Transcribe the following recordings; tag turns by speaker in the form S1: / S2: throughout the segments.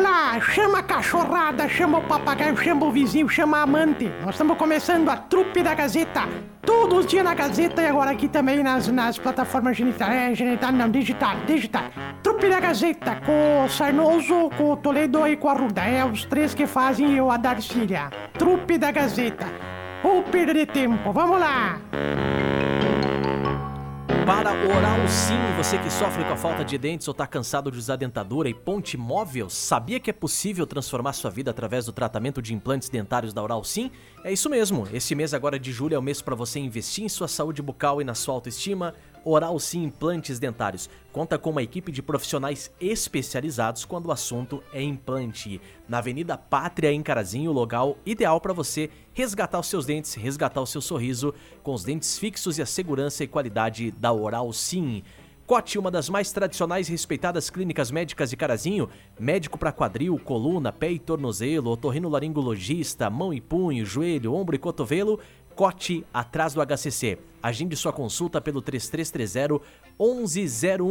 S1: lá, chama a cachorrada, chama o papagaio, chama o vizinho, chama a amante. Nós estamos começando a trupe da Gazeta. Todos os dias na Gazeta e agora aqui também nas, nas plataformas genital, é, genital não, digital, digital. Trupe da Gazeta, com o Sarnoso, com o Toledo e com a Ruda. É os três que fazem eu a Darcília. Trupe da Gazeta. Ou perder tempo, vamos lá!
S2: Para Oral Sim, você que sofre com a falta de dentes ou está cansado de usar dentadura e ponte móvel, sabia que é possível transformar sua vida através do tratamento de implantes dentários da Oral Sim? É isso mesmo. Esse mês agora de julho é o mês para você investir em sua saúde bucal e na sua autoestima. Oral Sim Implantes Dentários conta com uma equipe de profissionais especializados quando o assunto é implante. Na Avenida Pátria, em Carazinho, o local ideal para você resgatar os seus dentes, resgatar o seu sorriso com os dentes fixos e a segurança e qualidade da Oral Sim. Cote, uma das mais tradicionais e respeitadas clínicas médicas de Carazinho, médico para quadril, coluna, pé e tornozelo, otorrinolaringologista, mão e punho, joelho, ombro e cotovelo, Cote atrás do HCC. Agende sua consulta pelo 3330 1101.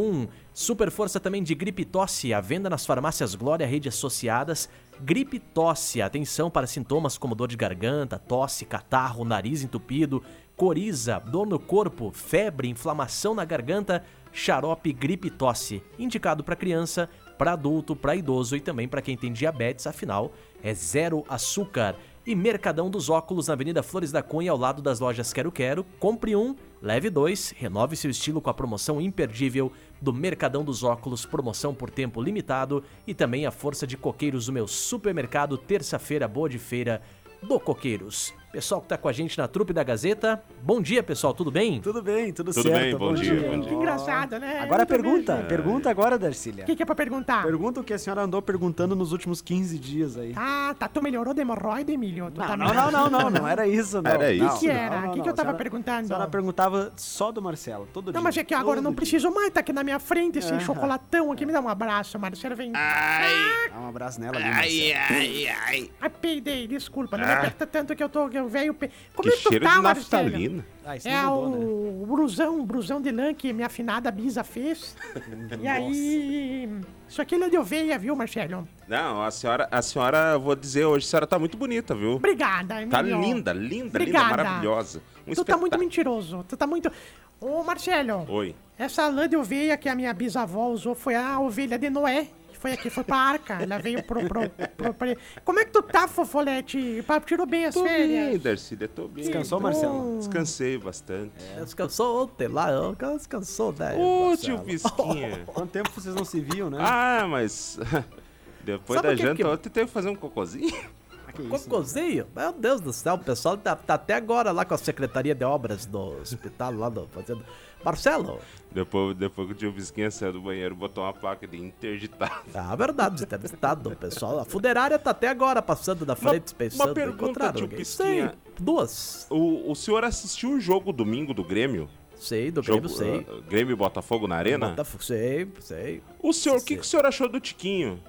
S2: Super força também de gripe tosse, à venda nas farmácias Glória Rede Associadas. Gripe tosse, atenção para sintomas como dor de garganta, tosse, catarro, nariz entupido, coriza, dor no corpo, febre, inflamação na garganta, xarope gripe tosse. Indicado para criança, para adulto, para idoso e também para quem tem diabetes, afinal, é zero açúcar e Mercadão dos Óculos na Avenida Flores da Cunha, ao lado das lojas Quero Quero. Compre um, leve dois, renove seu estilo com a promoção imperdível do Mercadão dos Óculos, promoção por tempo limitado e também a força de coqueiros do meu supermercado, terça-feira, boa de feira do Coqueiros. Pessoal que tá com a gente na trupe da Gazeta, bom dia pessoal, tudo bem?
S3: Tudo bem, tudo,
S4: Tudo
S3: certo.
S4: bem, bom dia, bom
S1: Que
S4: dia.
S1: engraçado, né?
S3: Agora
S1: Muito
S3: pergunta,
S1: bem.
S3: pergunta agora,
S1: O
S3: Darcília.
S1: que, que é pra perguntar?
S3: Pergunta o que a senhora andou perguntando nos últimos 15 dias aí.
S1: Ah, tá, tu melhorou de hemorroide, Emílio? Tu tá
S3: Não, não, não, não, não era isso, não. Não,
S4: Era isso?
S1: O que
S3: não,
S1: era?
S3: não,
S1: O que,
S3: não.
S1: que eu tava
S3: A senhora- A
S1: perguntando?
S3: senhora perguntava só do Marcelo, todo dia.
S1: Não, mas é que agora eu
S3: todo
S1: não
S3: dia.
S1: preciso mais, tá aqui na minha frente esse
S3: Ah.
S1: chocolatão aqui. Me dá um abraço, Marcelo, vem.
S4: Ah.
S3: Dá um abraço nela ali,
S4: é.
S3: Marcelo.
S1: Ah, peidei, desculpa, não me aperta tanto que eu tô, que eu velho... Pe... Como
S4: Ah. Que
S1: é que tu
S4: cheiro
S1: tá,
S4: de
S1: Marcelo?
S4: naftalina.
S3: Ah, isso
S1: É
S3: não mudou, né?
S1: o brusão, brusão de lã que minha afinada Bisa fez. e aí... Isso aqui ele é de ovelha, viu, Marcelo?
S4: Não, a senhora, a senhora, eu vou dizer hoje, a senhora tá muito bonita, viu?
S1: Obrigada, Emílio.
S4: Tá linda, linda,
S1: Obrigada.
S4: linda, maravilhosa. Um
S1: Tu tá muito
S4: espetáculo.
S1: mentiroso, tu tá muito... Ô, Marcelo.
S4: Oi.
S1: Essa lã de ovelha que a minha bisavó usou foi a ovelha de Noé. que Foi aqui, foi pra arca. Ela veio pro. pro, pro- pre- Como é que tu tá, Fofolete? Pa- Tirou bem as
S4: Tô bem,
S1: férias?
S4: Darcília, tô bem.
S3: Descansou,
S4: Tô-
S3: Marcelo?
S4: Descansei bastante.
S2: É, Descansou ontem lá, ó, descansou, né?
S4: Ô, tio Pisquinha.
S3: Quanto tempo vocês não se viam, né?
S4: Ah, mas... Depois
S2: Sabe
S4: da
S2: o que
S4: janta,
S2: que-
S4: ontem teve que fazer um cocôzinho.
S3: que isso, né?
S2: Cocôzinho? Meu Deus do céu, o pessoal tá, tá até agora lá com a Secretaria de Obras do hospital lá do fazendo. Marcelo,
S4: Depois, depois que o tio Pisquinha saiu do banheiro, botou uma placa de interditado.
S2: é a verdade, você deve estar do pessoal. A funerária tá até agora passando na frente, pensando.
S4: uma pergunta,
S2: encontraram
S4: tio
S2: alguém.
S4: Pisquinha.
S2: Sei, duas.
S4: O, o senhor assistiu o jogo domingo do Grêmio?
S2: Sei, do
S4: Jogo,
S2: Grêmio, sei.
S4: ah, Grêmio e Botafogo na Arena?
S2: Botafogo, sei, sei.
S4: O senhor, o
S2: Sim,
S4: que,
S2: sim.
S4: que o senhor achou do Tiquinho?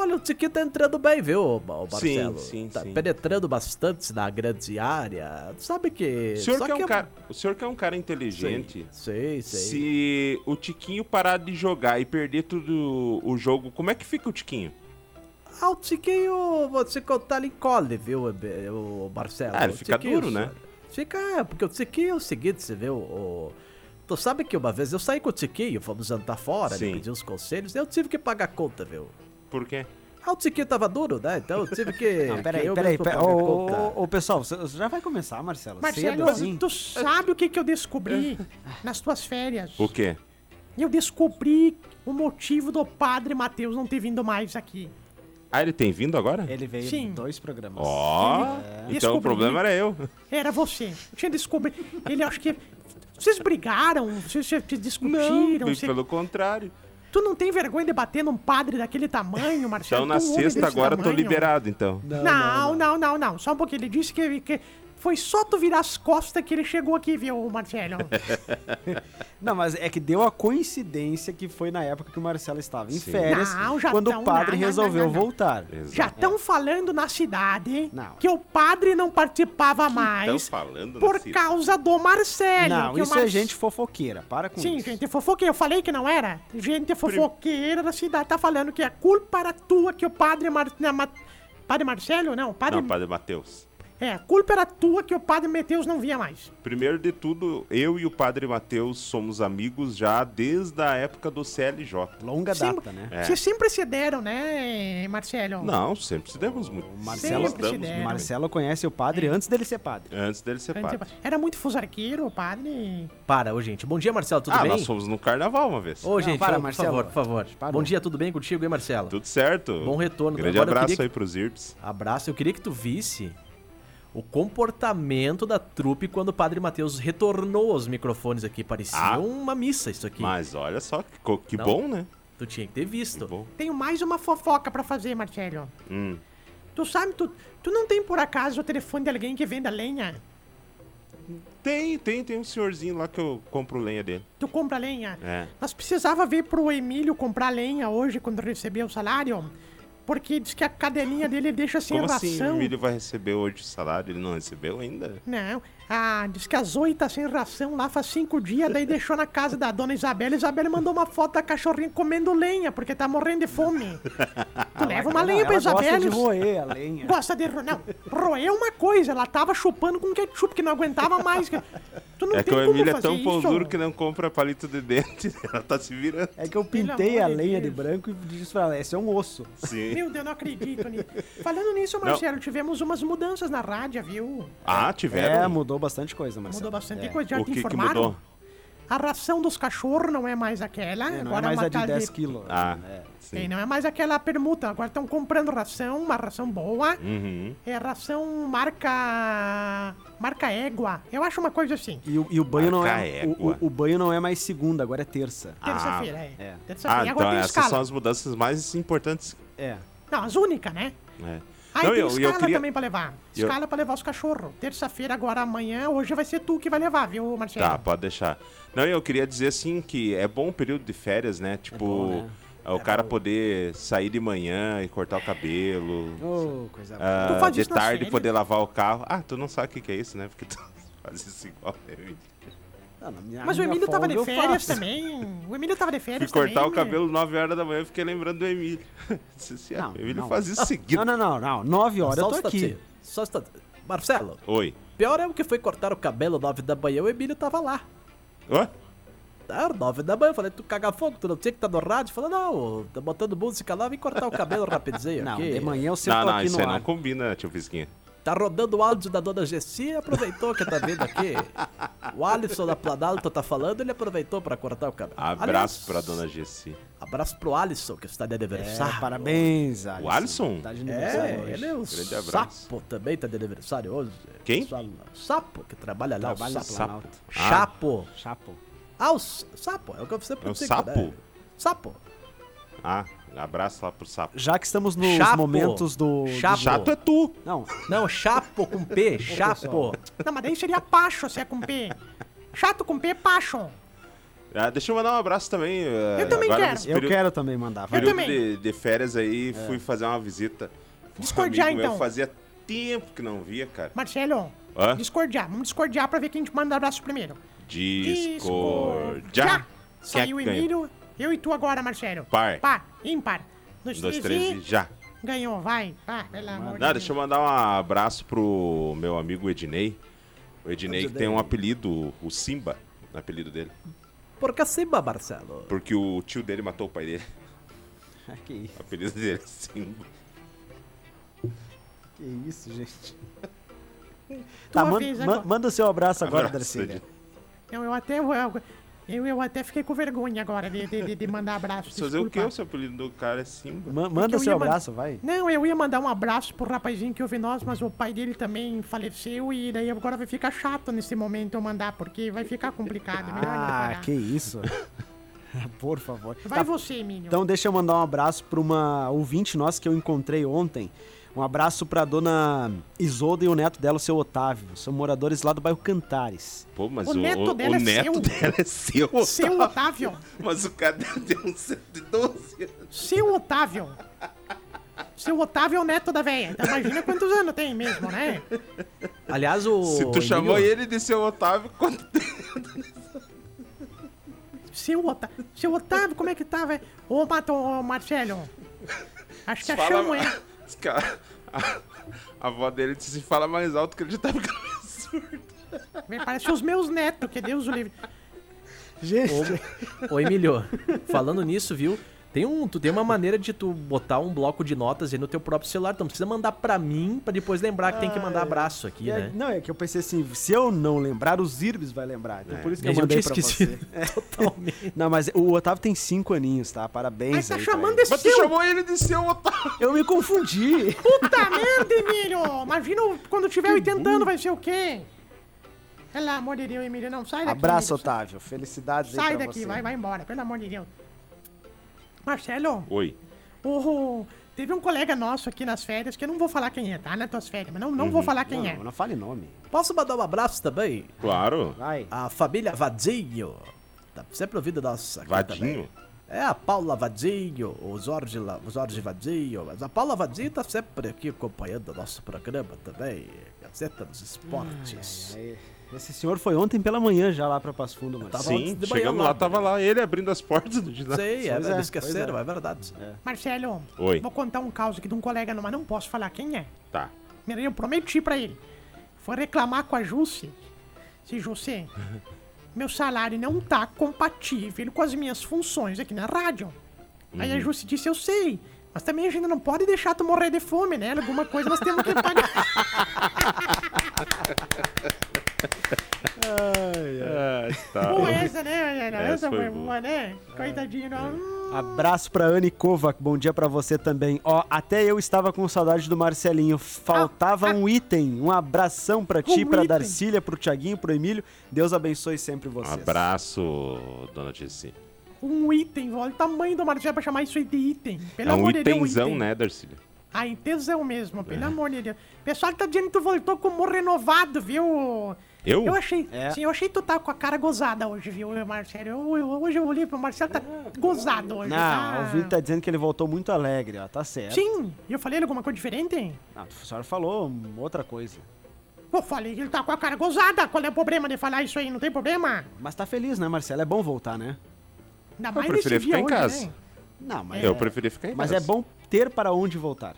S2: Olha, o Tiquinho tá entrando bem, viu, o Marcelo?
S4: sim,
S2: tá
S4: sim.
S2: penetrando bastante na grande área. Sabe que...
S4: O senhor,
S2: só
S4: que é um
S2: que-
S4: cara, o senhor que é um cara inteligente.
S2: Sei, sei. sei.
S4: Se o Tiquinho parar de jogar e perder tudo o jogo, como é que fica o Tiquinho?
S2: Ah, o Tiquinho, vou te contar, ele encolhe, viu, Ebe- o Marcelo?
S4: Ah, ele
S2: O
S4: fica
S2: Tiquinho,
S4: duro, né?
S2: Fica, é, porque o Tiquinho é o seguinte, você viu, o... Tu sabe que uma vez eu saí com o Tiquinho, fomos jantar fora,
S4: Sim.
S2: ele pediu os conselhos, eu tive que pagar a conta, viu?
S4: Por quê?
S2: Ah, o Tiquinho tava duro, né? Então eu tive que...
S1: é
S3: Não, peraí,
S2: que eu
S3: peraí,
S2: mesmo
S3: peraí.
S2: pagar a
S3: Ô,
S2: conta.
S3: ô, ô, pessoal, você você já vai começar, Marcelo?
S1: Marcelo,
S4: é
S3: Cedo, assim.
S1: tu sabe o que, que eu descobri nas tuas férias?
S4: O quê?
S1: Eu descobri o motivo do padre Mateus não ter vindo mais aqui.
S4: Ah, ele tem vindo agora?
S3: Ele veio
S1: Sim.
S3: em dois programas.
S4: Ó, então
S1: Descobri.
S4: o problema era eu.
S1: Era você. Eu tinha descobrido. Ele acho que. Vocês brigaram? Vocês vocês discutiram?
S4: Não,
S1: você-
S4: pelo contrário.
S1: Tu não tem vergonha de bater num padre daquele tamanho, Marcelo?
S4: Então na
S1: Tu um homem
S4: sexta
S1: desse
S4: agora eu tô
S1: tamanho?
S4: liberado, então.
S1: Não não não, não, Só um pouquinho. Ele disse que, que Foi só tu virar as costas que ele chegou aqui, viu, Marcelo?
S3: Não, mas é que deu a coincidência que foi na época que o Marcelo estava em
S4: Sim.
S3: férias,
S1: Não, já
S3: quando
S1: tão-
S3: o
S1: né?
S3: padre
S1: não, não,
S3: resolveu
S1: não, não.
S3: voltar.
S1: Já estão falando na cidade
S3: Não.
S1: que o padre não participava mais
S4: falando na
S1: por
S4: cidade.
S1: causa do Marcelo.
S3: Não,
S1: que o
S3: isso
S1: Mar-
S3: é gente fofoqueira, para com
S1: Sim,
S3: isso.
S1: gente fofoqueira. Eu falei que não era. Gente fofoqueira da cidade tá falando que a culpa era tua, que o padre... Mar... na- Ma- Padre Marcelo? Não, padre...
S4: Não, Padre Matheus.
S1: É, a culpa era tua que o padre Meteus não vinha mais.
S4: Primeiro de tudo, eu e o Padre Matheus somos amigos já desde a época do CLJ.
S3: Longa
S1: Sim,
S3: data, né?
S4: É.
S1: Vocês sempre se deram, né, Marcelo?
S4: Não, sempre se demos muito.
S3: Marcelo-
S4: Sempre se demos
S1: É.
S3: O
S4: muito.
S3: Marcelo conhece o padre antes dele ser padre.
S4: Antes dele ser padre.
S1: Era muito fusarqueiro, o padre.
S2: Para, ô gente. Bom dia, Marcelo, tudo
S4: ah,
S2: bem?
S4: nós fomos no carnaval uma vez.
S2: Ô, gente,
S3: para,
S2: ô, por
S3: Marcelo.
S2: favor, por favor.
S3: Para.
S2: Bom dia, tudo bem contigo, hein, Marcelo?
S4: Tudo certo.
S2: Bom retorno.
S4: Grande
S2: Agora eu
S4: abraço
S2: queria-
S4: aí pros IRBs.
S2: Abraço. Eu queria que tu visse o comportamento da trupe quando o Padre Matheus retornou aos microfones aqui. Parecia
S4: Ah.
S2: uma missa isso aqui.
S4: Mas olha só, que, co- que
S2: Não.
S4: bom, né?
S2: Tu tinha que ter visto.
S4: Que bom.
S1: Tenho mais uma fofoca pra fazer, Marcelo.
S4: Hum.
S1: Tu sabe, tu, tu não tem por acaso o telefone de alguém que venda lenha?
S4: Tem, tem, tem um senhorzinho lá que eu compro lenha dele.
S1: Tu compra lenha?
S4: É.
S1: Nós precisava vir pro Emílio comprar lenha hoje quando receber o salário. Porque diz que a cadelinha dele deixa sem
S4: Como assim
S1: ração.
S4: o Emílio vai receber hoje o salário? Ele não recebeu ainda?
S1: Não. Ah, diz que a Zoe tá sem ração lá faz cinco dias, daí deixou na casa da dona Isabela. Isabela mandou uma foto da cachorrinha comendo lenha, porque tá morrendo de fome. Tu leva uma
S3: Não,
S1: lenha pra
S3: ela gosta
S1: Isabela.
S3: de roer a lenha.
S1: Gosta de ro... Não, roer é uma coisa, ela tava chupando com ketchup, que não aguentava mais. que- Tu não
S4: é que
S1: tem
S4: o
S1: como
S4: Emílio é
S1: fazer
S4: tão pão
S1: isso.
S4: duro que não compra palito de dente. Ela tá se virando.
S3: É que eu
S1: Pelo
S3: pintei a
S1: amor de
S3: lenha de
S1: Deus.
S3: branco e disse pra ela, esse é um osso.
S4: Sim.
S1: Meu Deus, não acredito nisso. Falando nisso, Marcelo, tivemos umas mudanças na rádio, viu?
S4: Ah,
S3: É,
S4: tiveram?
S3: mudou bastante coisa, Marcelo.
S1: Mudou bastante
S3: É.
S1: coisa, já
S4: o
S1: te
S4: que que
S1: informaram?
S4: mudou?
S1: A ração dos cachorros não é mais aquela,
S3: É, não
S1: agora
S3: é mais
S1: uma
S3: a de
S1: tal
S3: 10 quilos.
S4: Ah,
S3: É.
S1: Tem,
S4: sim.
S1: não é mais aquela permuta. Agora estão comprando ração, uma ração boa.
S4: Uhum.
S1: É ração marca. marca égua. Eu acho uma coisa assim.
S3: E o, e o banho não é, o,
S4: Macaégua.
S3: o- o banho não é mais segunda, agora é terça.
S1: Terça-feira, é.
S3: é.
S1: Terça-feira.
S4: Ah,
S1: E agora
S4: então
S1: tem
S4: essas
S1: escala.
S4: são as mudanças mais importantes.
S3: É.
S1: Não, as únicas, né?
S4: né?
S1: Aí
S4: Não,
S1: tem
S4: eu,
S1: escala
S4: eu queria...
S1: também pra levar.
S4: eu-
S1: Escala pra levar os cachorros. Terça-feira, agora amanhã, hoje vai ser tu que vai levar, viu, Marcelo?
S4: Tá, pode deixar. Não, eu queria dizer assim que é bom o período de férias, né? Tipo,
S3: bom, né?
S4: o cara poder sair de manhã e cortar o cabelo.
S3: Ô, coisa boa.
S4: ah,
S1: Tu faz
S4: de
S1: isso nas
S4: tarde
S1: férias?
S4: poder lavar o carro. Ah, tu não sabe o que, que é isso, né? Porque tu faz isso igual, né? Emílio?
S3: Não, na minha-
S1: Mas o
S3: minha
S1: Emílio tava
S3: folga
S1: de
S3: eu
S1: férias
S3: faço.
S1: também. O Emílio tava de
S4: Fui
S1: férias
S4: cortar
S1: também.
S4: o cabelo 9 horas da manhã, eu fiquei lembrando do Emílio. Disse assim, ah,
S3: Não,
S4: o Emílio
S3: não.
S4: faz isso seguido.
S3: Não, não, não, não. Nove horas eu
S2: Só um
S3: tô
S2: os
S3: aqui.
S2: tatu- Só os tatu- Marcelo,
S4: Oi.
S2: pior é o que foi cortar o cabelo 9 da manhã, o Emílio tava lá.
S4: Ó,
S2: Ah, 9 da manhã, eu falei, tu caga fogo, tu não tinha que tá no rádio? Falou, não, tá botando música lá, vem cortar o cabelo rapidizinho
S3: Não,
S2: aqui.
S3: de manhã eu sento
S4: Não, não,
S3: aqui
S4: isso
S3: no
S4: aí
S3: ar.
S4: não combina, tio Fisquinha.
S2: Tá rodando o áudio da dona Gessi e aproveitou que tá vindo aqui. O Alisson da Planalto tá falando, ele aproveitou pra cortar o cabelo.
S4: Abraço
S2: Aliás,
S4: pra dona Gessi.
S2: Abraço pro Alisson, que está de
S3: É,
S2: aniversário.
S3: parabéns, Alisson.
S4: Alisson?
S3: Tá de
S2: É,
S3: aniversário hoje.
S2: ele é um
S4: Grande
S2: sapo
S4: abraço.
S2: também, tá de aniversário hoje.
S4: Quem?
S2: Só- Sapo, que trabalha lá,
S3: Trabalha
S2: o
S3: na
S2: sapo.
S3: Planalto.
S2: Chapo.
S3: Ah, Chapo.
S2: Ah, o s- sapo, é o que eu sempre
S4: É o
S2: digo,
S4: sapo?
S2: né? Sapo.
S4: Ah, abraço lá pro sapo.
S3: Já que estamos nos
S2: Chapo.
S3: momentos do... do-
S2: Chapo.
S4: Chato é tu.
S3: Não,
S2: Não, chapo com P, chapo.
S1: Não, mas daí seria Pacho se é com P. Chato com P, Pacho.
S4: Ah, deixa eu mandar um abraço também. eh,
S1: Eu também
S4: agora
S1: quero.
S4: nesse
S3: eu
S4: período,
S3: quero também mandar. vai.
S4: período
S1: também.
S4: De, de férias aí, fui fazer uma visita.
S1: Discordiar,
S4: Um amigo meu
S1: então.
S4: fazia tempo que não via, cara.
S1: Marcelo,
S4: Hã?
S1: discordiar. Vamos discordiar pra ver quem te manda abraço primeiro.
S4: Discordia.
S1: Saiu o
S4: Quem é que ganha?
S1: Emílio, eu e tu agora, Marcelo.
S4: Par.
S1: Par, ímpar. Dois,
S4: Um, dois,
S1: três,
S4: três
S1: e...
S4: e já.
S1: Ganhou, vai. Vai, pelo amor de
S4: Não,
S1: Deus.
S4: deixa eu mandar um abraço pro meu amigo Ednei. O Ednei que tem um apelido, o Simba, o apelido dele.
S2: Porque assim, Marcelo.
S4: Porque o tio dele matou o pai dele.
S3: Que,
S4: O apelido dele é Simba.
S3: que isso, gente.
S1: Tua
S3: Tá, man-
S1: vez
S3: man-
S1: agora.
S3: manda o seu abraço agora,
S4: Abraço,
S3: Darcília.
S4: Ednei.
S1: Não, Então, eu até... Eu, eu, eu até fiquei com vergonha agora de, de, de- de mandar abraço.
S4: Fazer o
S1: desculpa.
S4: que? O seu apelido do cara é Simba.
S3: Ma-
S1: Porque
S3: Manda
S1: eu
S3: o seu
S1: ia man-
S3: abraço, vai.
S1: Não, eu ia mandar um abraço pro rapazinho que ouve nós, mas o pai dele também faleceu e daí agora vai ficar chato nesse momento eu mandar, porque vai ficar complicado. é Melhor não
S3: Ah,
S1: parar.
S3: que isso. Por favor.
S1: Vai
S3: Tá,
S1: você, Emílio.
S3: Então deixa eu mandar um abraço para uma ouvinte nossa que eu encontrei ontem. Um abraço pra dona Isolda e o neto dela, o seu Otávio. São moradores lá do bairro Cantares.
S4: Pô, mas
S1: O
S4: o,
S1: neto
S4: o- o
S1: dela é
S4: neto
S1: seu.
S4: dela é seu.
S1: Seu Otávio.
S4: Mas o cadê deu um 112 anos.
S1: Seu Otávio. Seu Otávio é o neto da véia. Então imagina quantos anos tem mesmo, né?
S2: Aliás, o.
S4: Se tu
S2: Emílio,
S4: chamou ele de seu Otávio, quanto
S1: Seu Otávio. Seu Otávio, como é que tá, velho? Ô, Mato, ô, Marcelo. Acho que achamos, hein?
S4: Diz que A, a- a avó dele disse assim, fala mais alto que ele já tava ficando surdo.
S1: Vem, Parece os meus netos, que Deus o livre.
S3: Gente,
S2: Ô, Emílio, falando nisso, viu? Tem um, tu tem uma maneira de tu botar um bloco de notas aí no teu próprio celular. Então precisa mandar pra mim pra depois lembrar que tem que mandar abraço aqui,
S3: é-
S2: né?
S3: não, é que eu pensei assim, se eu não lembrar, os Zirbes vai lembrar. Então por isso que eu,
S2: Eu já
S3: mandei
S2: tinha
S3: pra
S2: esquecido
S3: você.
S2: totalmente.
S3: Não, mas o Otávio tem cinco aninhos, tá?
S1: Mas
S3: Parabéns
S1: tá
S3: aí pra
S1: chamando
S3: ele.
S1: esse
S4: Mas tu
S1: seu.
S4: chamou ele de seu Otávio.
S3: Eu me confundi.
S1: Puta merda, Emílio! Imagina o- quando tiver 80 anos, vai ser o quê? Pelo amor de Deus, Emílio, não sai daqui.
S3: Abraço,
S1: Emílio.
S3: Otávio. Felicidades aí
S1: Sai
S3: pra
S1: daqui,
S3: você.
S1: vai, vai embora, pelo amor de Deus. Marcelo,
S4: Oi.
S1: o- teve um colega nosso aqui nas férias, que eu não vou falar quem é, tá? Nas tuas férias, mas não, não vou falar quem
S3: Uhum. Não,
S1: é.
S3: não fale nome.
S2: Posso mandar um abraço também?
S4: Claro.
S3: Vai.
S2: A família Vadinho. Tá sempre ouvindo nossa. aqui também.
S4: Vadinho.
S2: É a Paula Vadinho, o Jorge, La- o Jorge Vadinho. Mas a Paula Vadinho tá sempre aqui acompanhando o nosso programa também. Gazeta dos Esportes.
S3: Aí, Esse senhor foi ontem pela manhã já lá pra Passo Fundo, mas...
S2: Tava antes
S4: Sim,
S2: de manhã
S4: chegamos lá,
S2: né?
S4: tava lá ele abrindo as portas do ginásio.
S2: Sei, é,
S3: Pois é,
S2: eles
S3: pois
S2: esqueceram,
S3: é.
S2: é verdade.
S1: Marcelo,
S4: Oi.
S1: vou contar um caso aqui de um colega, mas não posso falar quem é.
S4: Tá.
S1: Eu prometi pra ele. Foi reclamar com a Jusce. Se Jusce, meu salário não tá compatível com as minhas funções aqui na rádio. Aí
S4: Uhum.
S1: a Jusce disse, eu sei. Mas também a gente não pode deixar tu morrer de fome, né? Alguma coisa nós temos que pagar. É,
S4: tá.
S1: Boa essa, né? Essa,
S4: Essa
S1: foi
S4: foi É.
S1: boa, né? Coitadinho. não. Hum,
S3: Abraço pra Anne Kovac, bom dia pra você também. Ó, até eu estava com saudade do Marcelinho. Faltava
S1: Ah, ah.
S3: um item. Um abração pra
S1: Um
S3: ti, pra
S1: item.
S3: Darcília, pro Tiaguinho, pro Emílio. Deus abençoe sempre vocês.
S4: Um Abraço, dona Jessi.
S1: Um item, olha o tamanho do Marcelo pra chamar isso aí de item. Pelo
S4: É um
S1: amor de Deus,
S4: itenzão,
S1: item.
S4: né, Darcília?
S1: Ah, intensão mesmo,
S4: É.
S1: pelo amor de Deus. Pessoal que tá dizendo que tu voltou com humor renovado, viu?
S4: Eu?
S1: Eu achei.
S3: É.
S1: Sim, eu achei que tu tá com a cara gozada hoje, viu, Marcelo? Eu, eu- hoje eu olhei pro Marcelo, tá gozado hoje.
S3: Não,
S1: tá?
S3: o Vini tá dizendo que ele voltou muito alegre, ó. Tá certo.
S1: Sim, e eu falei alguma coisa diferente?
S3: Não, a senhora falou outra coisa.
S1: Eu falei que ele tá com a cara gozada. Qual é o problema de falar isso aí? Não tem problema?
S3: Mas tá feliz, né, Marcelo? É bom voltar, né?
S1: Ainda mais
S4: preferia
S1: nesse dia
S4: ficar em
S1: hoje,
S4: casa.
S1: né?
S3: Não, mas.
S4: Eu preferi ficar em
S3: É. Mas
S4: casa.
S3: é bom ter para onde voltar.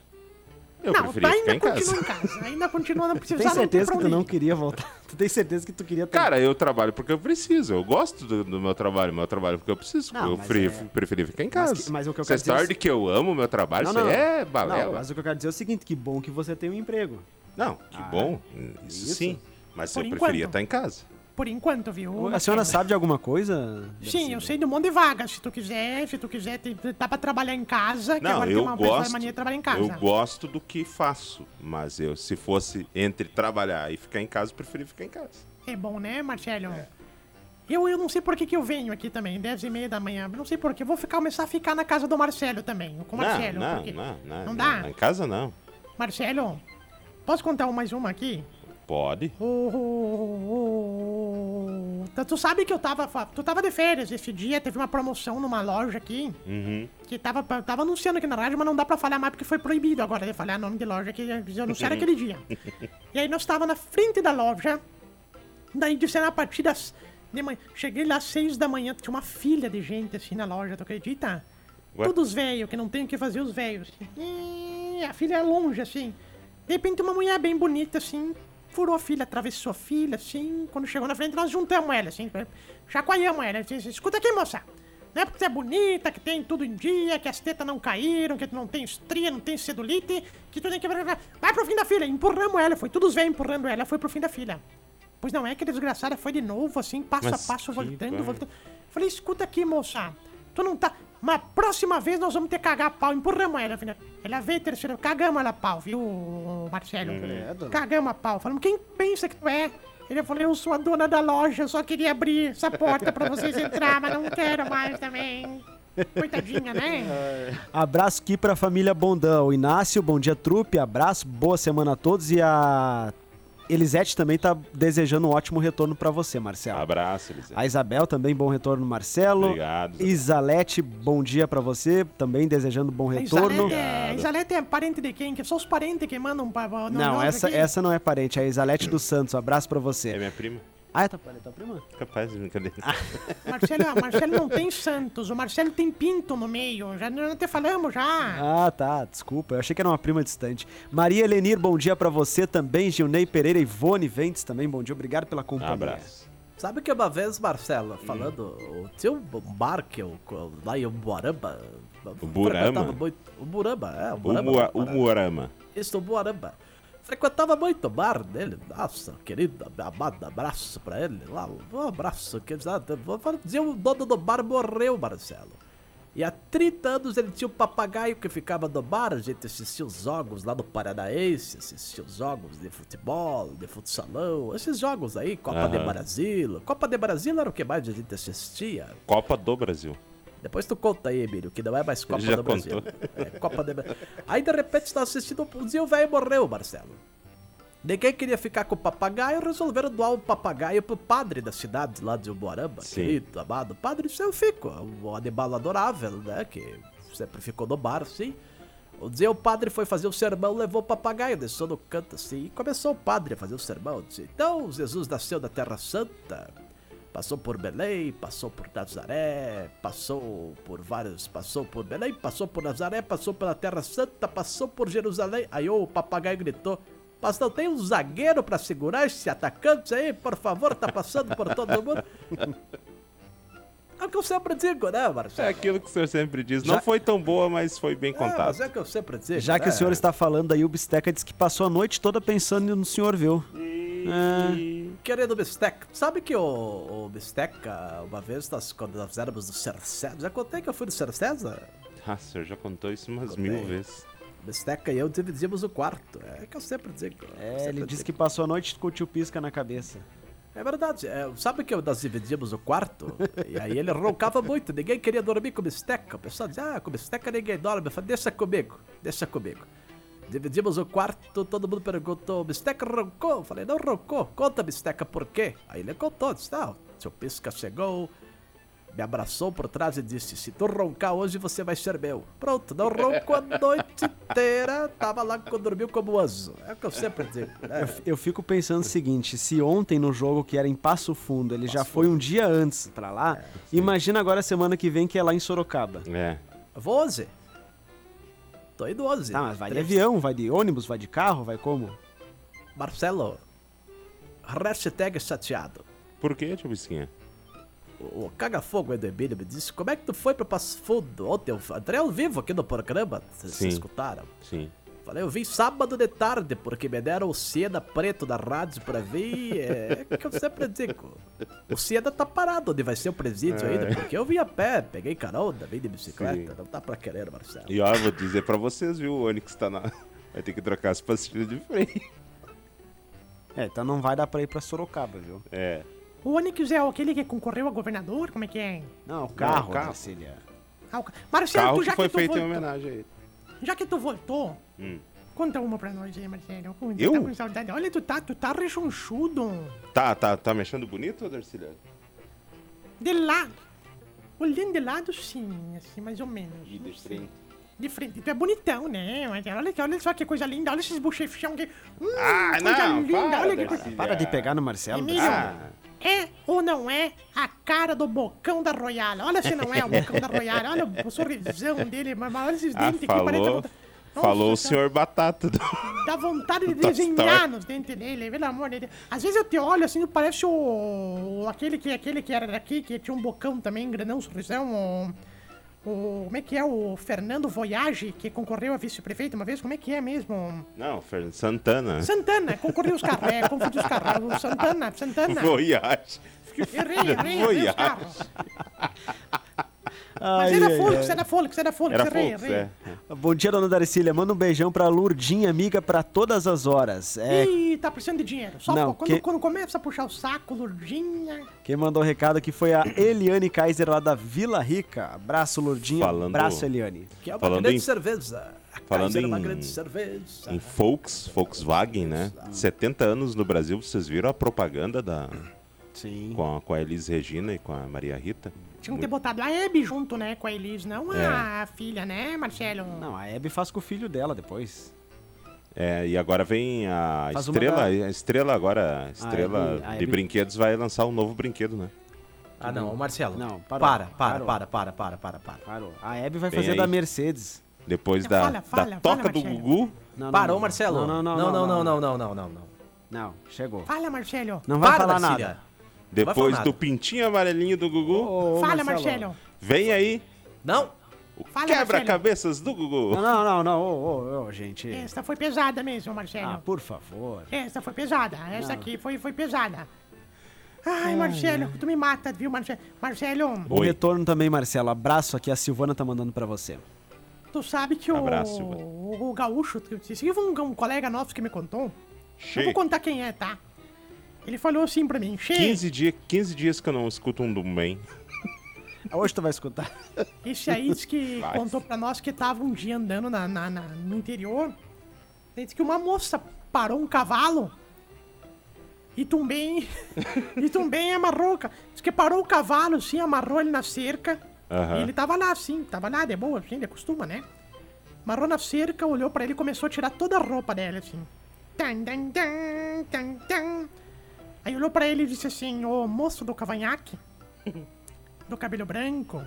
S4: Eu
S1: não,
S4: preferia
S1: tá,
S4: ficar
S1: ainda
S4: em casa.
S1: continua em casa. Ainda continua, não precisa
S3: Tem
S1: não tem
S3: certeza
S1: pra
S3: que tu
S1: onde
S3: não
S1: ir.
S3: queria voltar? Tu tem certeza que tu queria ter
S4: Cara, eu trabalho porque eu preciso. Eu gosto do, do meu trabalho. Meu trabalho é porque eu preciso.
S3: Não,
S4: eu
S3: mas
S4: pre-
S3: é-
S4: preferi ficar em
S3: Mas
S4: casa.
S3: que- mas o que eu
S4: Essa
S3: quero dizer é
S4: história
S3: o
S4: de que eu amo meu trabalho, isso aí é balela.
S3: Não,
S4: Não,
S3: mas o que eu quero dizer é o seguinte, que bom que você tem um emprego.
S4: que bom. Isso,
S3: isso.
S4: sim. Mas
S1: Por
S4: eu preferia
S1: enquanto.
S4: estar em casa.
S1: Por enquanto, viu?
S3: A
S1: Marcelo?
S3: senhora sabe de alguma coisa?
S1: Sim, eu sei do monte de vagas. Se tu quiser, se tu quiser, tem- dá pra trabalhar em casa, que
S4: Não,
S1: agora tem
S4: eu
S1: uma pessoa
S4: gosto.
S1: mania de trabalhar em casa.
S4: Eu gosto do que faço. Mas eu, se fosse entre trabalhar e ficar em casa, eu preferia ficar em casa.
S1: É bom, né, Marcelo? Eu, eu não sei por que, que eu venho aqui também, 10 e meia da manhã. Não sei por que. Vou ficar, começar a ficar na casa do Marcelo também. Com o Marcelo.
S4: não,
S1: porque-
S4: não, não, não,
S1: Não dá?
S4: Em casa não.
S1: Marcelo, posso contar um- mais uma aqui?
S4: Pode.
S1: O- o- o- Tá, Tu sabe que eu tava. fa- Tu tava de férias esse dia, teve uma promoção numa loja aqui. Que tava, pra- tava anunciando aqui na rádio, mas não dá pra falar mais porque foi proibido agora de falar nome de loja que eles anunciaram aquele dia. E aí nós tava na frente da loja. Daí disseram a partir das. de manhã- Cheguei lá às seis da manhã, tinha uma filha de gente assim na loja, tu acredita?
S4: Ué?
S1: Todos velhos, que não tem o que fazer os velhos. E a filha é longe, assim. De repente uma mulher bem bonita, assim, furou a filha, atravessou a filha, assim. Quando chegou na frente, nós juntamos ela, assim, chacoalhamos ela. Disse, escuta aqui, moça. Não é porque você é bonita, que tem tudo em dia, que as tetas não caíram, que tu não tem estria, não tem celulite, que tu tem que... Vai pro fim da fila. Empurramos ela, foi todos velhos empurrando ela, foi pro fim da fila. Pois não é que a desgraçada foi de novo, assim, passo
S4: Mas
S1: a passo,
S4: que
S1: voltando,
S4: bar-
S1: voltando. Falei, escuta aqui, moça. Tu não tá. Mas próxima vez nós vamos ter que cagar a pau. Empurramos ela, filha. Ela veio terceira. Cagamos ela a pau, viu, Marcelo?
S3: Credo.
S1: Cagamos a pau. Falamos, quem pensa que tu é? Ele falou, eu sou a dona da loja, eu só queria abrir essa porta pra vocês entrar, mas não quero mais também. Coitadinha, né?
S3: Abraço aqui pra família Bondão. Inácio, bom dia, trupe. Abraço, boa semana a todos. E a Elisete também tá desejando um ótimo retorno pra você, Marcelo.
S4: Abraço, Elisete.
S3: A Isabel também, bom retorno, Marcelo.
S4: Obrigado, Isabel.
S3: Isalete, bom dia pra você, também desejando bom retorno.
S1: Isalete é, Isalete é parente de quem? Que só os parentes que mandam pra... pra-
S3: Não,
S1: nós
S3: essa,
S1: aqui.
S3: essa não é parente, é a Isalete dos Santos. Abraço pra
S4: É
S3: você.
S4: minha prima.
S3: Ah, é tua, é tua prima?
S4: Capaz de brincadeira.
S1: Marcelo, ah, Marcelo não tem Santos, o Marcelo tem Pinto no meio. Já nós até falamos já.
S3: Ah, tá, desculpa, eu achei que era uma prima distante. Maria Helenir, bom dia pra você também. Gilney Pereira, Ivone Ventes também, bom dia. Obrigado pela companhia.
S4: Um Abraço.
S2: Sabe que é uma vez, Marcelo, falando, o teu bar que eu, lá em Umuaramba... O
S4: Burama?
S2: Muito, o Burama, é, o Burama.
S4: Umua- Umuarama.
S2: Isso, o Buaramba. Frequentava muito o bar dele. Nossa, querida, minha amada, abraço pra ele. Lá, um abraço. Que, sabe, vou vou dizer, o dono do bar morreu, Marcelo. E há 30 anos ele tinha um papagaio que ficava no bar. A gente assistia os jogos lá no Paranaense, assistia os jogos de futebol, de futsalão, esses jogos aí, Copa de
S4: Aham.
S2: Brasil. Copa de Brasil era o que mais a gente assistia.
S4: Copa do Brasil.
S2: Depois tu conta aí, Emílio, que não é mais Copa
S4: Já
S2: do Brasil. É Copa do Brasil. Aí de repente tá assistindo um dia o velho morreu, Marcelo. Ninguém queria ficar com o papagaio, resolveram doar o papagaio pro padre da cidade lá de Umuaramba,
S4: Sim.
S2: querido, amado. O padre disse, eu fico. Um animal adorável, né? Que sempre ficou no bar, sim. Um dia o padre foi fazer o sermão, levou o papagaio, deixou no canto assim, e começou o padre a fazer o sermão. Disse, então Jesus nasceu da Terra Santa. Passou por Belém, passou por Nazaré, passou por vários. Passou por Belém, passou por Nazaré, passou pela Terra Santa, passou por Jerusalém. Aí o papagaio gritou: Mas não tem um zagueiro pra segurar esse atacante aí? Por favor, tá passando por todo mundo. É o que eu sempre digo, né,
S4: É
S2: Marcelo?
S4: aquilo que o senhor sempre diz.
S3: Já-
S4: Não foi tão boa, mas foi bem
S2: É, mas
S4: contada.
S2: é o que eu sempre digo.
S3: Já que
S2: né?
S3: o senhor está falando aí, o Bisteca disse que passou a noite toda pensando no senhor, viu?
S2: Querido Bistec, sabe que o, o Bisteca, uma vez nós, quando nós éramos do Cercesa, já contei que eu fui do Cercesa?
S4: Ah, o senhor já contou isso umas
S2: Contei.
S4: mil vezes.
S2: Bisteca e eu dividimos o quarto. É que eu sempre digo. eu
S3: É,
S2: sempre
S3: ele disse que
S2: digo.
S3: passou a noite com o tio Pisca na cabeça.
S2: É verdade. é, sabe que nós dividimos o quarto? e aí ele roncava muito. Ninguém queria dormir com bisteca. O pessoal dizia, ah, com bisteca ninguém dorme. Eu falei, deixa comigo, deixa comigo. Dividimos o quarto, todo mundo perguntou, bisteca roncou? Eu falei, não roncou. Conta, bisteca, por quê? Aí ele contou, disse, não, seu pisca chegou... Me abraçou por trás e disse: Se tu roncar hoje, você vai ser meu. Pronto, não roncou a noite inteira. Tava lá quando dormiu como anjo. É o que eu sempre digo. né?
S3: Eu fico pensando o seguinte, se ontem no jogo que era em Passo Fundo, É, ele já foi um dia antes pra lá, imagina agora a semana que vem que é lá em Sorocaba.
S4: É.
S2: Eu Vou 11. Tô indo 11.
S3: Tá, mas vai de
S2: Três.
S3: avião, vai de ônibus, vai de carro, vai como?
S2: Marcelo, hashtag chateado.
S4: Por que, tio Bisquinha?
S2: O, o caga-fogo aí do Emílio me disse, como é que tu foi pra Passo Fundo? Ontem eu entrei ao vivo aqui no programa, vocês
S4: Sim.
S2: escutaram?
S4: Sim.
S2: Falei, eu vim sábado de tarde, porque me deram o Seda preto da rádio pra vir. É que eu sempre digo. O Seda tá parado onde vai ser o presídio ainda, porque eu vim a pé, peguei carona, vim de bicicleta.
S4: É. Sim.
S2: Não dá pra querer, Marcelo.
S4: E ó, eu vou dizer pra vocês, viu? O Onix tá na. Vai ter que trocar as pastilhas de freio.
S3: É, então não vai dar pra ir pra Sorocaba, viu?
S4: É.
S1: O Onix é aquele que concorreu a governador? Como é que é?
S3: Não, o carro,
S4: carro.
S3: Marcília.
S1: Ah, o ca- Marcelo,
S4: Carro
S1: tu, já
S4: que
S1: que,
S4: foi
S1: tu
S4: feito em
S1: voltou-
S4: homenagem a ele.
S1: Já que tu voltou,
S4: Hum.
S1: conta uma pra nós aí, Marcelo. Conta,
S4: Eu?
S1: Tá com saudade. Olha, tu tá, tu tá rechonchudo.
S4: Tá, tá, tá me achando bonito, Darcília?
S1: De lado. Olhando de lado, sim, assim, mais ou menos.
S4: E de frente.
S1: De frente, tu é bonitão, né? Mas Olha, olha só que coisa linda, olha esses bochechão que. Hum,
S4: Ah,
S1: coisa
S4: não,
S1: linda,
S4: para,
S1: olha que coisa.
S4: Darcília.
S3: Para de pegar no
S4: um
S3: Marcelo.
S1: Emílio,
S3: Darcília.
S1: é ou não é a cara do bocão da Royale? Olha se não é o bocão da Royale, olha o sorrisão dele, mas mas olha esses
S4: Ah,
S1: dentes aqui, parece.
S4: falou.
S1: Nossa,
S4: Falou o
S1: tá-
S4: senhor Batata. do-
S1: Dá vontade de
S4: Tá
S1: desenhar
S4: certo.
S1: nos dentes dele, pelo amor de Deus. Às vezes eu te olho assim, parece o. o- aquele que, aquele que era daqui, que tinha um bocão também, grandão, sorrisão. O, o- como é que é? O Fernando Voyage, que concorreu a vice-prefeito uma vez, como é que é mesmo?
S4: Não, Fernando Santana.
S1: Santana, concorreu os carros, é, confundi os carros. O Santana, Santana.
S4: Voyage.
S1: Errei, errei, errei os
S4: Voyage.
S1: carros. Mas é
S3: Ai,
S1: era
S3: ai,
S1: fôlego,
S3: ai.
S1: você era fôlego, você era fôlego,
S4: Era
S1: você rei,
S4: Folks,
S1: rei.
S4: é.
S3: Bom dia, dona Darcília. Manda um beijão pra Lurdinha, amiga, pra todas as horas. É,
S1: Ih, tá precisando de dinheiro. Só
S3: Não,
S1: pô, quando,
S3: que-
S1: quando começa a puxar o saco, lurdinha.
S3: quem mandou o recado aqui foi a Eliane Kaiser, lá da Vila Rica. Abraço, Lurdinha.
S4: Falando-
S3: Abraço, Eliane.
S2: Que é uma
S4: Falando
S2: grande
S4: em-
S2: cerveja. A
S4: falando
S2: Kaiser é uma
S4: em-
S2: grande cerveja.
S4: Em Folks, Volkswagen, né? 70 anos no Brasil, vocês viram a propaganda da,
S3: Sim.
S4: com, a, com a Elis Regina e com a Maria Rita?
S1: Tinha que ter botado a Hebe junto, né, com a Elis, não a filha, né, Marcelo?
S3: É. Não, a Hebe faz com o filho dela depois.
S4: É, e agora vem a
S3: Faz uma
S4: estrela,
S3: da- Ah,
S4: a estrela agora, a estrela
S3: Hebe- a
S4: de
S3: Hebe-
S4: brinquedos vai lançar um novo brinquedo, né?
S2: Ah, não, ô, Marcelo.
S3: Não, parou,
S2: para, para,
S3: parou.
S2: para, para, para, para, para.
S3: Claro. A Hebe vai
S4: Tem
S3: fazer
S4: aí.
S3: da Mercedes.
S4: Depois
S1: Não,
S4: da,
S1: É, fala,
S4: da
S1: fala,
S4: toca
S1: fala,
S4: do
S1: Marcelo.
S4: Gugu,
S3: Não, não,
S2: Parou,
S3: não.
S2: Marcelo.
S3: Não, não,
S2: não,
S3: não.
S2: não, não, não, não, não, não.
S3: Não, chegou.
S1: Fala, Marcelo.
S3: Não vai
S2: Para,
S3: falar
S2: Darcília.
S3: nada.
S2: vai falar
S4: depois
S2: nada.
S4: do pintinho amarelinho do Gugu,
S3: Ô, ô,
S1: Fala,
S3: Marcelão.
S1: Marcelo.
S4: vem aí
S2: Não?
S4: o
S1: Fala,
S4: quebra-cabeças do Gugu.
S3: Não, não, não, não. Ô, ô, ô, gente.
S1: Esta foi pesada mesmo,
S3: Ah,
S1: Marcelo.
S3: por favor.
S1: Esta foi pesada. Esta
S3: Não.
S1: aqui foi, foi pesada. Ai, Marcelo, tu me mata, viu, Marcelo? Marcelo,
S3: Bom
S4: Oi.
S3: retorno também, Marcelo. Abraço aqui, a Silvana tá mandando pra você.
S1: tu sabe que o,
S4: Abraço, Silvana.
S1: o, o gaúcho, se se um, um colega nosso que me contou, eu
S4: Che,
S1: vou contar quem é, tá? Ele falou assim pra mim, Che,
S4: 15, dia, 15 dias que eu não escuto um do bem.
S3: Hoje tu vai escutar.
S1: Esse aí disse que
S4: Vai.
S1: contou pra nós que tava um dia andando na, na- na- no interior. Ele disse que uma moça parou um cavalo e também. e também amarrou. o ca- Diz que parou o cavalo, assim, amarrou ele na cerca.
S4: Aham.
S1: E ele tava lá, assim, tava lá, de boa, assim, ele acostuma, né? Amarrou na cerca, olhou pra ele e começou a tirar toda a roupa dela, assim. Tan, tan, tan, tan, tan. Aí olhou pra ele e disse assim: Ô moço do cavanhaque, do cabelo branco,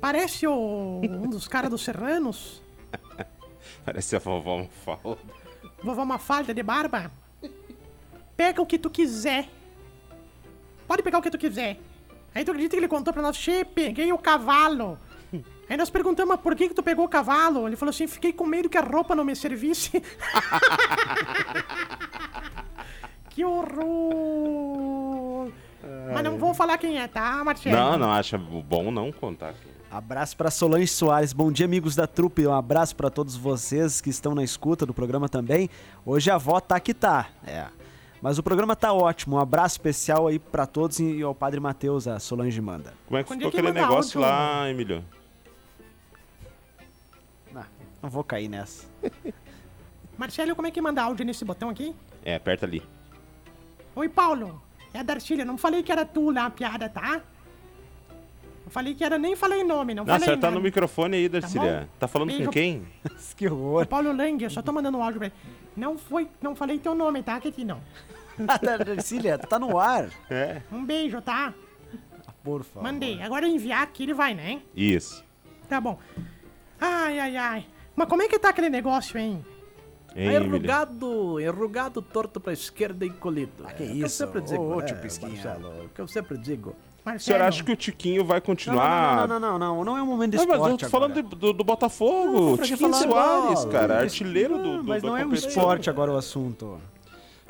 S1: Parece o, um dos caras dos Serranos.
S4: Parece a vovó Mafalda.
S1: Vovó Mafalda de barba. Pega o que tu quiser. Pode pegar o que tu quiser. Aí tu acredita que ele contou pra nós, Che, peguei o cavalo. Aí nós perguntamos, mas por que que tu pegou o cavalo? Ele falou assim, fiquei com medo que a roupa não me servisse. que horror. Mas não vou falar quem é, tá, Marcelo?
S4: Não, não acha bom não contar aqui.
S3: Abraço pra Solange Soares. Bom dia, amigos da trupe. Um abraço pra todos vocês que estão na escuta do programa também. Hoje a avó tá que tá. É. Mas o programa tá ótimo. Um abraço especial aí pra todos e ao Padre Matheus, a Solange manda.
S4: Como é que
S1: Quando
S4: ficou
S1: é que
S4: aquele
S1: manda
S4: negócio
S1: áudio?
S4: lá, Emílio?
S3: Ah, não vou cair nessa.
S1: Marcelo, como é que manda áudio nesse botão aqui?
S4: É, aperta ali.
S1: Oi, Paulo. É a Darcília. Não falei que era tu lá a piada, tá? Não falei que era, nem falei nome, não,
S4: Não,
S1: falei
S4: acertar
S1: nada.
S4: Tá no microfone aí, Darcília.
S1: bom?
S4: Tá falando
S1: Beijo.
S4: com quem?
S3: que horror.
S1: Paulo Lang, eu só tô mandando um áudio pra ele. Não foi, não falei teu nome, tá, Ketino?
S3: Cecília, tá no ar.
S4: É.
S1: Um beijo, tá?
S3: Por favor.
S1: Mandei. Agora é enviar aqui, ele vai, né?
S4: Isso.
S1: Tá bom. Ai, ai, ai. Mas como é que tá aquele negócio, hein?
S4: Hein, Emílio?
S2: Enrugado, enrugado, torto pra esquerda e colhido.
S3: Ah, que
S2: É o
S3: isso?
S2: eu sempre digo,
S3: Ô, ô,
S2: né,
S3: tio Pisquinha.
S2: Marcelo, é o que eu sempre digo.
S1: Marcelo.
S4: O senhor acha que o Tiquinho vai
S3: Não, não, não, não,
S4: continuar?
S3: não, não, não, não é o momento de
S4: Tá Não,
S3: esporte
S4: mas eu tô falando
S3: agora.
S4: de- do, do Botafogo.
S3: Não, pra que
S4: Tiquinho
S3: falar
S4: Soares,
S3: mal?
S4: cara. Artilheiro do,
S3: Ah,
S4: do
S3: Mas
S4: da
S3: não é um
S4: competição.
S3: esporte agora o assunto.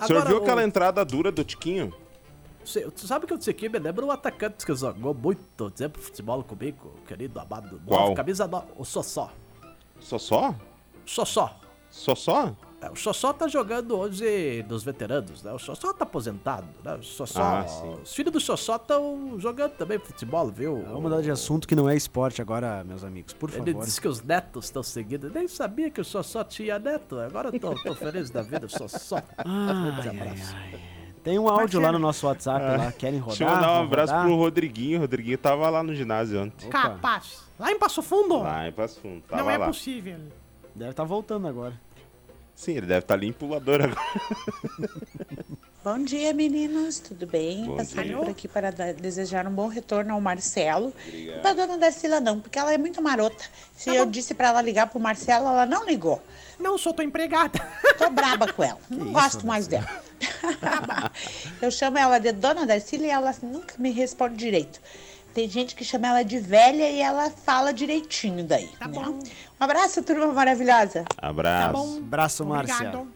S4: O senhor
S2: Agora,
S4: viu
S2: o-
S4: aquela entrada dura do Tiquinho?
S2: Você, tu sabe que o Tsequi me lembra um atacante que jogou muito tempo futebol comigo, querido amado. Nove,
S4: Qual?
S2: Camisa nova, o Sossó.
S4: Só só?
S2: Sossó.
S4: Só só?
S2: É, O Sossó tá jogando hoje nos veteranos, né? O Sossó tá aposentado, né? O Sossó,
S4: Ah, sim.
S2: os filhos do Sossó estão jogando também futebol, viu?
S3: Vamos mudar de assunto que não é esporte agora, meus amigos,
S4: É
S3: por
S2: Ele
S3: favor.
S2: disse que os netos estão seguindo. Nem sabia que o Sossó tinha neto. Agora eu tô, tô feliz da vida, Sossó. Grande abraço.
S3: Tem um áudio
S1: Marcelo.
S3: lá no nosso WhatsApp, lá, querem rodar?
S4: É. Deixa eu mandar um
S3: Vão
S4: abraço
S3: rodar?
S4: pro Rodriguinho. O Rodriguinho tava lá no ginásio ontem.
S3: Opa.
S1: Capaz. Lá em Passo Fundo?
S4: Lá em Passo Fundo. Tava
S1: não é
S4: lá.
S1: possível.
S3: Deve estar voltando agora.
S4: Sim, ele deve estar limpo o lador
S3: Tá
S4: agora.
S5: Bom dia, meninos, tudo bem?
S4: Bom
S5: Passando
S4: dia.
S5: por aqui para dar- desejar um bom retorno ao Marcelo. E Para a dona Darcila, não, tá porque ela é muito marota. Se
S1: Tá
S5: eu disse para ela ligar para o Marcelo, ela não ligou.
S1: Não sou tua empregada.
S5: Tô braba com ela, não gosto mais dela. Tá eu chamo ela de dona Darcila e ela nunca me responde direito. Tem gente que chama ela de velha e ela fala direitinho daí.
S1: Tá
S5: né?
S1: bom.
S5: Um abraço, turma maravilhosa.
S4: Abraço.
S1: bom.
S3: Abraço, Márcia.
S1: Obrigado.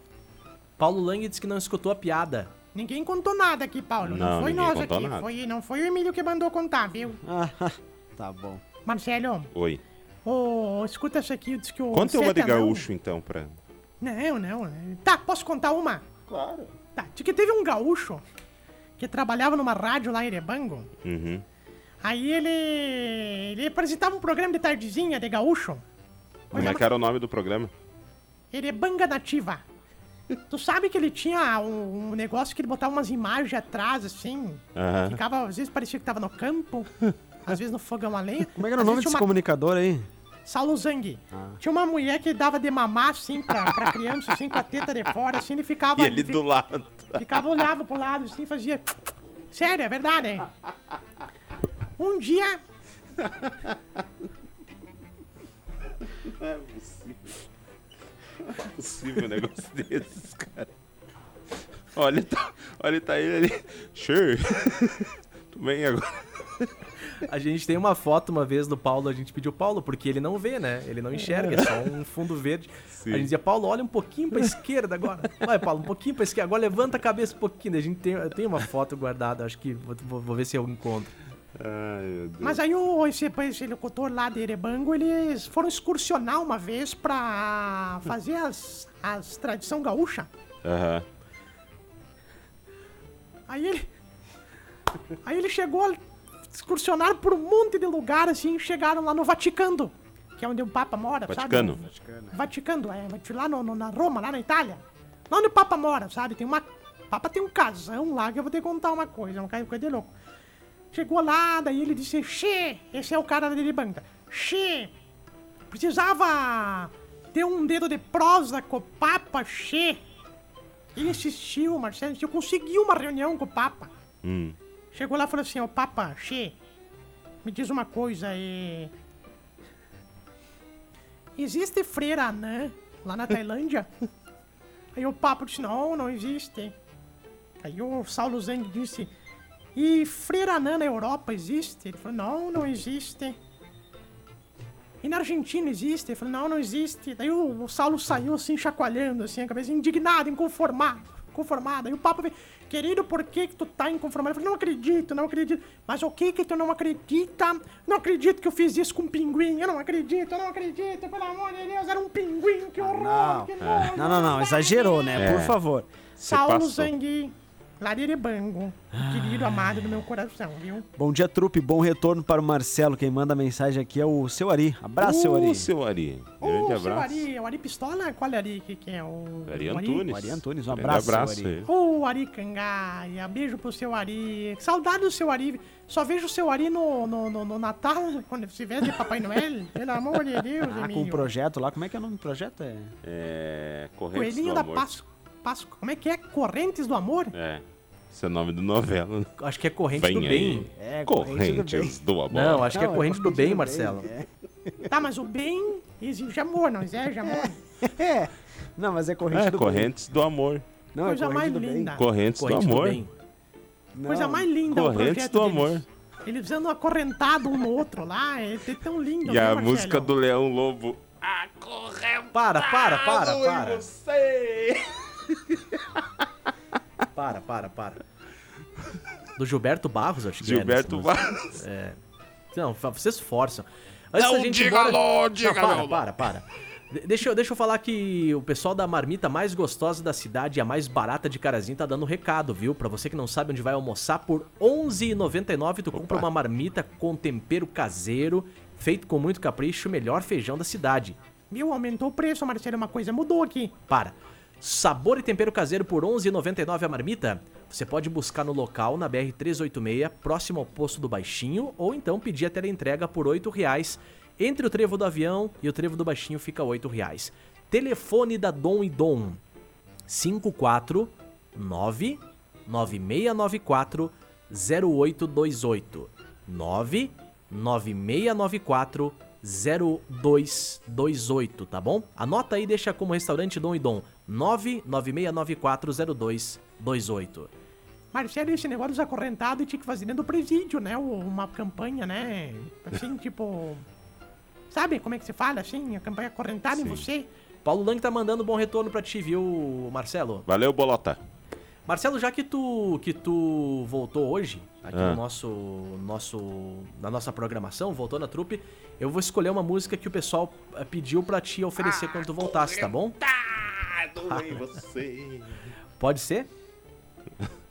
S2: Paulo Lang disse que não escutou a piada.
S1: Ninguém contou nada aqui, Paulo. Não,
S4: Não,
S1: foi
S4: ninguém
S1: nós
S4: contou
S1: aqui.
S4: nada.
S1: Foi, não foi o Emílio que mandou contar, viu?
S3: Ah, tá bom.
S1: Marcelo,
S4: Oi.
S1: ô, escuta isso aqui, diz que o.
S4: Conta uma de
S1: sertanão-
S4: gaúcho, então, pra.
S1: Não, não. Tá, posso contar uma?
S4: Claro.
S1: Tá, diz que teve um gaúcho que trabalhava numa rádio lá em Erebango.
S4: Uhum.
S1: Aí ele. Ele apresentava um programa de tardezinha de gaúcho.
S4: Como é que era o nome do programa?
S1: Erebanga Nativa. Tu sabe que ele tinha um, um negócio que ele botava umas imagens atrás, assim.
S4: Aham.
S1: Ficava, às vezes parecia que tava no campo, às vezes no fogão a lenha.
S3: Como é que era o
S1: Às vezes
S3: nome desse Ah.
S1: tinha uma-
S3: comunicador aí?
S1: Saulo Zang. Tinha uma mulher que dava de mamar, assim, pra, pra criança, assim, com a teta de fora, assim, ele ficava.
S4: E ele
S1: fi-
S4: do lado. tá
S1: Ficava, olhava pro lado, assim, fazia. Sério, é verdade, hein? Um dia.
S4: possível um negócio desses, cara. Olha, tá, olha, tá ele ali. Sure. Tudo bem agora.
S2: A gente tem uma foto uma vez do Paulo, a gente pediu Paulo, porque ele não vê, né? Ele não enxerga, é só um fundo verde.
S4: Sim.
S2: A gente dizia, Paulo, olha um pouquinho pra esquerda agora. Vai, Paulo, um pouquinho pra esquerda. Agora levanta a cabeça um pouquinho. Daí A gente tem, eu tenho uma foto guardada, acho que vou, vou- vou ver se eu encontro.
S4: Ai, meu Deus.
S1: Mas aí o, esse, esse locutor lá de Erebango, eles foram excursionar uma vez pra fazer as, as tradição gaúcha.
S4: Aham.
S1: Aí ele. Aí ele chegou, excursionaram por um monte de lugar, assim, e chegaram lá no Vaticano, que é onde o Papa mora,
S4: Vaticano.
S1: sabe? Vaticano. é, lá no, no- na Roma, lá na Itália. Lá onde o Papa mora, sabe? Tem uma. O Papa tem um casão lá que eu vou ter que contar uma coisa, uma coisa de louco. Chegou lá, daí ele disse, Xê, esse é o cara da banca. Xê, precisava ter um dedo de prosa com o Papa, Xê. Ele insistiu, Marcelo, insistiu, conseguiu uma reunião com o Papa.
S4: Hum.
S1: Chegou lá e falou assim, ó, Papa, Xê, me diz uma coisa, é... Existe freira anã lá na Tailândia? Aí o Papa disse, não, não existe. Aí o Saulo Zang disse, e freira anã na Europa existe? Ele falou, não, não existe. E na Argentina existe? Ele falou, não, não existe. Daí o, o Saulo saiu assim, chacoalhando, assim, a cabeça, indignado, inconformado. Conformado. Aí o Papa veio, querido, por que, que tu tá inconformado? Eu falei, não acredito, não acredito. Mas o que que tu não acredita? Não acredito que eu fiz isso com um pinguim. Eu não acredito, eu não acredito. Pelo amor de Deus, era um pinguim, que horror,
S3: Ah, Não. É.
S1: que nojo.
S3: Não, não, não, exagerou, né? Por
S4: É.
S3: favor.
S1: Saulo
S4: passou.
S1: Zangui, Larirebango, querido amado do meu coração, viu?
S3: Bom dia, trupe. Bom retorno para o Marcelo. Quem manda mensagem aqui é o seu Ari. Abraço, seu Ari.
S4: Ô,
S1: Uh,
S4: seu Ari. Grande
S1: Ô, seu
S4: abraço.
S1: Ari, é o Ari Pistola? Qual é o Ari? Que, que é o...
S4: Ari
S1: o
S4: Antunes.
S3: Ari Antunes, um
S4: Grande
S3: abraço, Ari.
S4: aí.
S1: Ô, Ari Cangaia, beijo pro seu Ari. Saudade do seu Ari. Só vejo o seu Ari no, no, no, no Natal, quando se vê de Papai Noel. Pelo amor de Deus,
S3: Ah, com o
S1: Emílio.
S3: projeto lá. Como é que é o nome do projeto? É...
S4: É. Correntes
S1: Coelhinho
S4: do
S1: da
S4: Amor.
S1: Páscoa. Páscoa. Como é que é? Correntes do Amor?
S4: É. Esse é o nome do novela. né?
S2: Acho que é corrente do
S4: Vem
S2: bem.
S4: aí.
S3: É,
S4: Correntes do amor.
S2: Não, acho que
S3: Não,
S2: é
S3: é
S2: corrente do
S3: corrente
S2: bem, É.
S3: do bem,
S2: Marcelo.
S1: Tá, mas o bem exige amor, não é exige amor.
S3: É. Não, mas é corrente
S4: É,
S3: do
S4: Correntes do amor.
S3: Bem. Não, é
S1: Coisa
S3: corrente
S1: mais
S3: do bem.
S1: linda.
S4: Correntes do
S2: Ah, Corrente do
S4: amor.
S2: bem.
S3: Não.
S1: Coisa mais linda o
S4: Correntes
S1: projeto
S4: do
S1: deles.
S4: amor.
S1: Eles andam acorrentados um no outro lá. É tão lindo.
S4: E
S1: né,
S4: a
S1: Marcelo?
S4: música do Leão Lobo.
S2: Para, para, para, para.
S4: Sei.
S2: Para, para, para. Do Gilberto Barros, acho que
S4: Gilberto
S2: é.
S4: Vaz.
S2: Não, fa- vocês forçam. Antes não, gente diga não, diga não. Para, para, para. De- Deixa eu, deixa eu falar que o pessoal da marmita mais gostosa da cidade e a mais barata de Carazinho tá dando um recado, viu? Pra você que não sabe onde vai almoçar, por R$11,99 tu compra uma marmita com tempero caseiro, feito com muito capricho, o melhor feijão da cidade.
S1: Viu? Aumentou o preço, Marcelo. é Uma coisa mudou aqui.
S2: Para. Sabor e tempero caseiro por R$ 11,99 a marmita? Você pode buscar no local, na BR-386, próximo ao posto do Baixinho, ou então pedir a teleentrega por R$ 8,00. Entre o trevo do avião e o trevo do Baixinho fica R$ 8,00. Telefone da Dom e Dom, 549 9694 0828 99694 0228, tá bom? Anota aí e deixa como restaurante Dom e Dom 99694 0228.
S1: Marcelo, esse negócio dos acorrentados tinha que fazer dentro do presídio, né? O- Uma campanha, né? Assim, tipo. Sabe como é que se fala assim? A campanha acorrentada em você?
S2: Paulo Lang tá mandando bom retorno pra ti, viu, Marcelo?
S4: Valeu, Bolota.
S2: Marcelo, já que tu que tu voltou hoje, tá aqui
S4: Ah.
S2: no nosso, nosso, na nossa programação, voltou na trupe, eu vou escolher uma música que o pessoal eh, pediu pra te oferecer quando tu voltasse, tá bom?
S4: Tá, em você.
S2: Pode ser?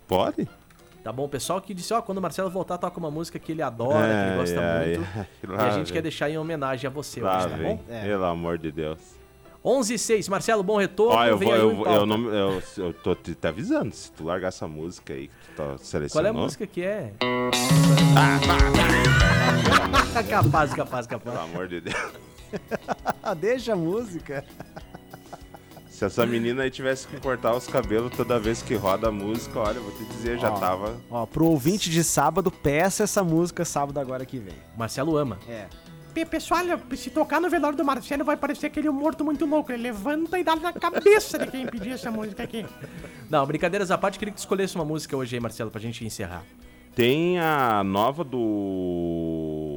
S4: Pode?
S2: Tá bom, o pessoal que disse, ó, quando o Marcelo voltar, toca uma música que ele adora, que ele gosta
S4: É, Ai,
S2: muito.
S4: ai,
S2: E
S4: lá
S2: a gente
S4: vem.
S2: quer deixar em homenagem a você
S4: Lá
S2: hoje, tá
S4: vem.
S2: bom?
S4: Pelo amor de Deus.
S2: 11 e 6, Marcelo, bom retorno.
S4: Ó, eu
S2: vem
S4: vou,
S2: aí um o
S4: eu, vou-
S2: Impauta.
S4: eu não, eu, eu tô te te avisando, se tu largar essa música aí que tu tá
S2: Qual
S4: selecionando.
S2: é a música que é?
S4: Ah,
S2: capaz, capaz,
S4: Pelo
S2: capaz.
S4: amor de Deus.
S3: Ah, deixa a música.
S4: Se essa menina aí tivesse que cortar os cabelos toda vez que roda a música, olha, eu vou te dizer, já
S3: Ó.
S4: tava.
S3: Ó, pro ouvinte de sábado, peça essa música sábado agora que vem.
S2: Marcelo ama.
S3: É.
S1: Pe- Pessoal, se tocar no velório do Marcelo, vai parecer aquele morto muito louco. Ele levanta e dá na cabeça de quem pediu essa música aqui.
S2: Não, brincadeiras à parte, queria que tu escolhesse uma música hoje aí, Marcelo, pra gente encerrar.
S4: Tem a nova do.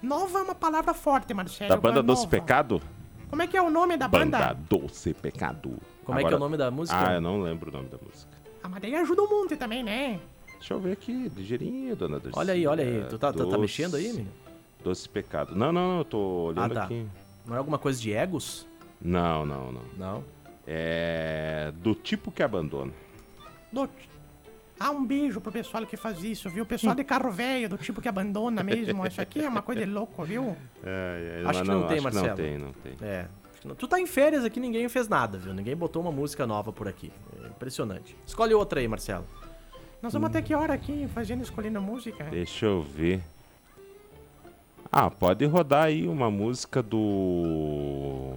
S1: Nova é uma palavra forte, Marcelo.
S4: Da banda
S1: Não é
S4: Doce
S1: nova.
S4: Pecado?
S1: Como é que é o nome da banda?
S4: Banda Doce Pecado.
S2: Como é que é o nome da música?
S4: Ah, eu não lembro o nome da música.
S1: A Madeira ajuda um monte também, né?
S4: Deixa eu ver aqui, ligeirinho, dona Darcy.
S2: Olha aí, olha aí. Tu tá, tá- tá mexendo aí, menino?
S4: Doce Pecado. Não, não, não, eu tô olhando
S2: Ah, tá.
S4: aqui.
S2: Não é alguma coisa de egos?
S4: Não, não, não.
S2: Não.
S4: É. Do tipo que abandona.
S1: Do... Ah, um beijo pro pessoal que faz isso, viu? Pessoal de carro velho, do tipo que abandona mesmo. Isso aqui é uma coisa de louco, viu?
S4: É,
S2: Acho que não tem,
S4: acho
S2: Marcelo.
S4: Não tem, não tem.
S2: É. acho que não. Tu tá em férias aqui, ninguém fez nada, viu? Ninguém botou uma música nova por aqui. É impressionante. Escolhe outra aí, Marcelo.
S1: Nós vamos até que hora aqui fazendo, escolhendo música?
S4: Deixa eu ver. Ah, pode rodar aí uma música do.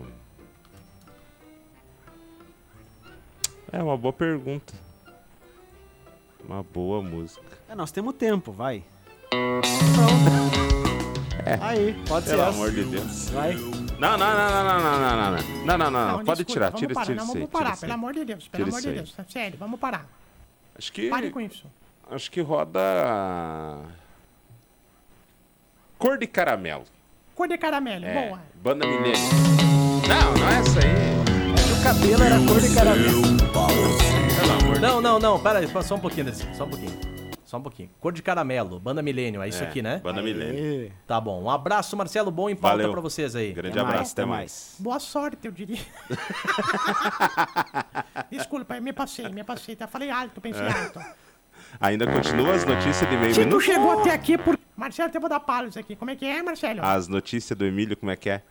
S4: É uma boa pergunta. Uma boa música.
S3: É, nós temos tempo, vai. Aí, pode ser
S4: É. Pelo
S3: essa.
S4: amor de Deus.
S3: Vai.
S4: Não, não, não, não, não, não, não, não, não. Não, não, não, não. Pode
S1: escuta,
S4: tirar,
S1: vamos
S4: tira,
S1: parar,
S4: tira
S1: Não,
S4: isso aí.
S1: vamos
S4: Tira
S1: parar,
S4: isso
S1: pelo
S4: aí.
S1: amor de Deus, pelo
S4: Tira
S1: amor
S4: isso
S1: de
S4: aí.
S1: Deus. tá Sério, vamos parar.
S4: Acho que.
S1: Pare com isso.
S4: Acho que roda. Cor de caramelo.
S1: Cor de caramelo,
S4: É,
S1: boa.
S4: Banda Mineira. Não, não é essa aí.
S3: O cabelo era cor de caramelo.
S4: Pelo amor de
S2: Não, não, não. Pera aí, só um pouquinho, Darcy. Só um pouquinho. Só um pouquinho. Cor de caramelo, banda Milênio, é isso aqui, né?
S4: Banda Milênio.
S3: Ih,
S2: Tá bom. Um abraço, Marcelo. Bom em pauta
S4: Valeu.
S2: pra vocês aí.
S4: Grande
S3: até
S4: abraço, até
S3: até
S4: mais.
S1: Boa sorte, eu diria. Desculpa, eu me passei, me passei. Tá? Falei alto, pensei alto.
S4: Ainda continua as notícias de meio
S1: Se tu
S4: É. minuto?
S1: chegou até aqui, por... Marcelo, eu vou dar palos aqui. Como é que é, Marcelo?
S4: As notícias do Emílio, como é que é?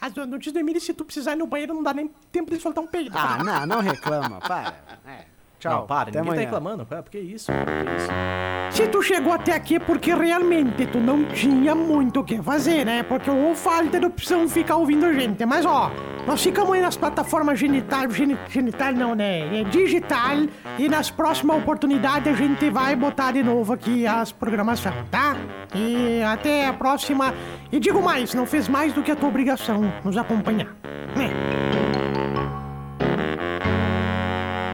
S1: As notícias do Emílio, se tu precisar ir no banheiro, não dá nem tempo de soltar um peido.
S3: Ah, não, não reclama, para. É, Tchau,
S2: Não, para,
S3: até
S2: ninguém tá
S3: amanhã.
S2: reclamando. Cara, porque isso, cara, porque isso.
S1: Se tu chegou até aqui porque realmente tu não tinha muito o que fazer, né? Porque ou falta de opção ficar ouvindo a gente. Mas ó, nós ficamos aí nas plataformas genital, geni- genital não, né? É digital. E nas próximas oportunidades a gente vai botar de novo aqui as programações, tá? E até a próxima. E digo mais, não fez mais do que a tua obrigação nos acompanhar. né?